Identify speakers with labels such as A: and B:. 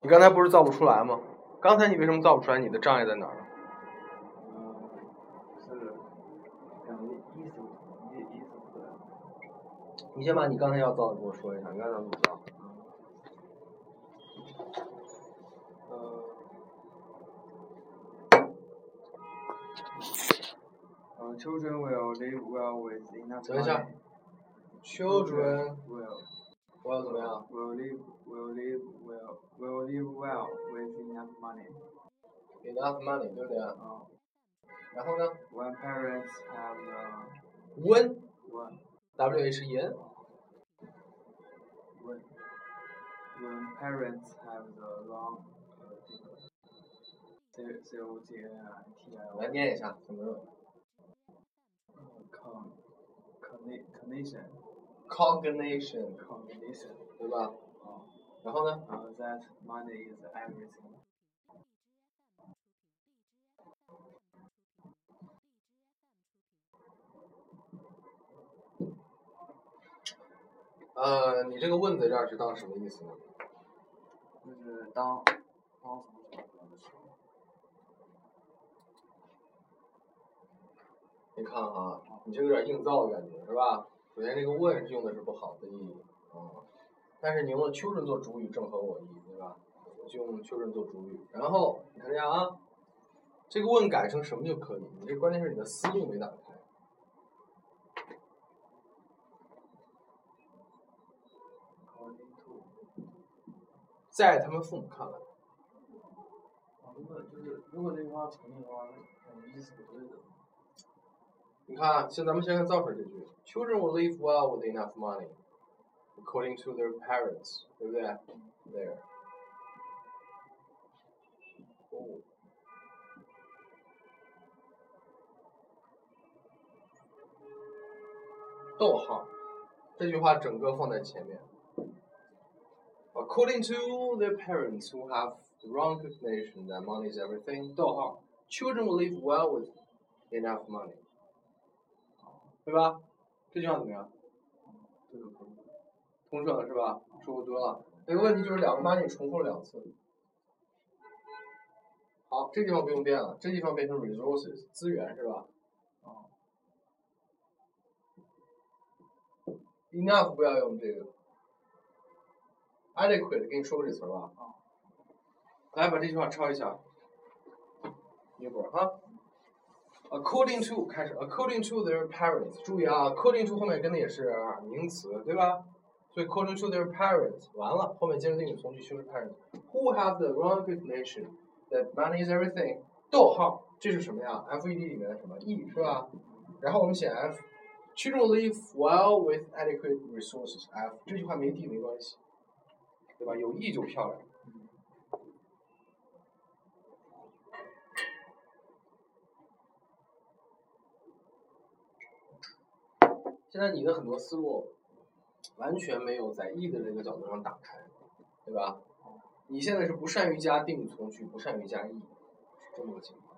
A: 你刚才不是造不出来吗？刚才你为什么造不出来？你的障碍在哪儿呢？
B: 是感觉意思意意思不对，
A: 你先把你刚才要造的给我说一下，你刚才怎么造？
B: 呃，呃，children will live well with enough
C: 等一下
B: money.
C: ，children
B: will
C: 我要怎么样？
B: will live will live well will live well with enough money.
C: enough money 对不对？
B: Uh,
C: 然后呢
B: when parents have the
C: ？when
B: when
C: w h e n
B: when when parents have the long uh, C C O G N I T I
C: 来
B: O
C: 念一下怎么用
B: con conni- condition
C: ？cognition
B: condition
C: 对吧？
B: uh,
C: 然后呢？
B: uh, that money is everything.
C: 呃，你这个问在这儿是当什么意思呢？
B: 就是当当什么什么的时候，
C: 你看啊，你这有点硬造的感觉是吧？首先这个问用的是不好的意义，嗯，但是你用了 children 做主语正合我意，对吧？我就用 children 做主语，然后你看这样啊，这个问改成什么就可以，你这关键是你的思路没打开。
B: according to
C: 在他们父母看来，
B: 啊，如果就是如果这句话成立的话，那感觉意思不对的。
C: 你看啊，先咱们先看造出来这句，children will live well with enough money according to their parents，对不对？There，哦，逗号，这句话整个放在前面。According to their parents who have the wrong cognition that money is everything，逗号，children will live well with enough money。对吧？这句话怎么样？通顺了是吧？舒服多了。有个问题就是两个 money 重复了两次。好，这地方不用变了，这地方变成 resources 资源是吧啊
B: 哦，
C: ？enough 不要用这个，adequate 跟你说过这词儿吧？啊
B: 哦
C: 来把这句话抄一下，一会儿哈。According to 开始，according to their parents，注意啊，according to 后面跟的也是啊名词，对吧？所以 according to their parents，完了，后面接着定语从句修饰 parents。Who have the wrong definition that money is everything？逗号，这是什么呀？F E D 里面的什么 E 是吧？然后我们写 F。Children live well with adequate resources. F 这句话没 D 没关系，对吧？有 E 就漂亮。现在你的很多思路完全没有在 E 的这个角度上打开，对吧？你现在是不善于加定语从句，不善于加 E，是这么个情况。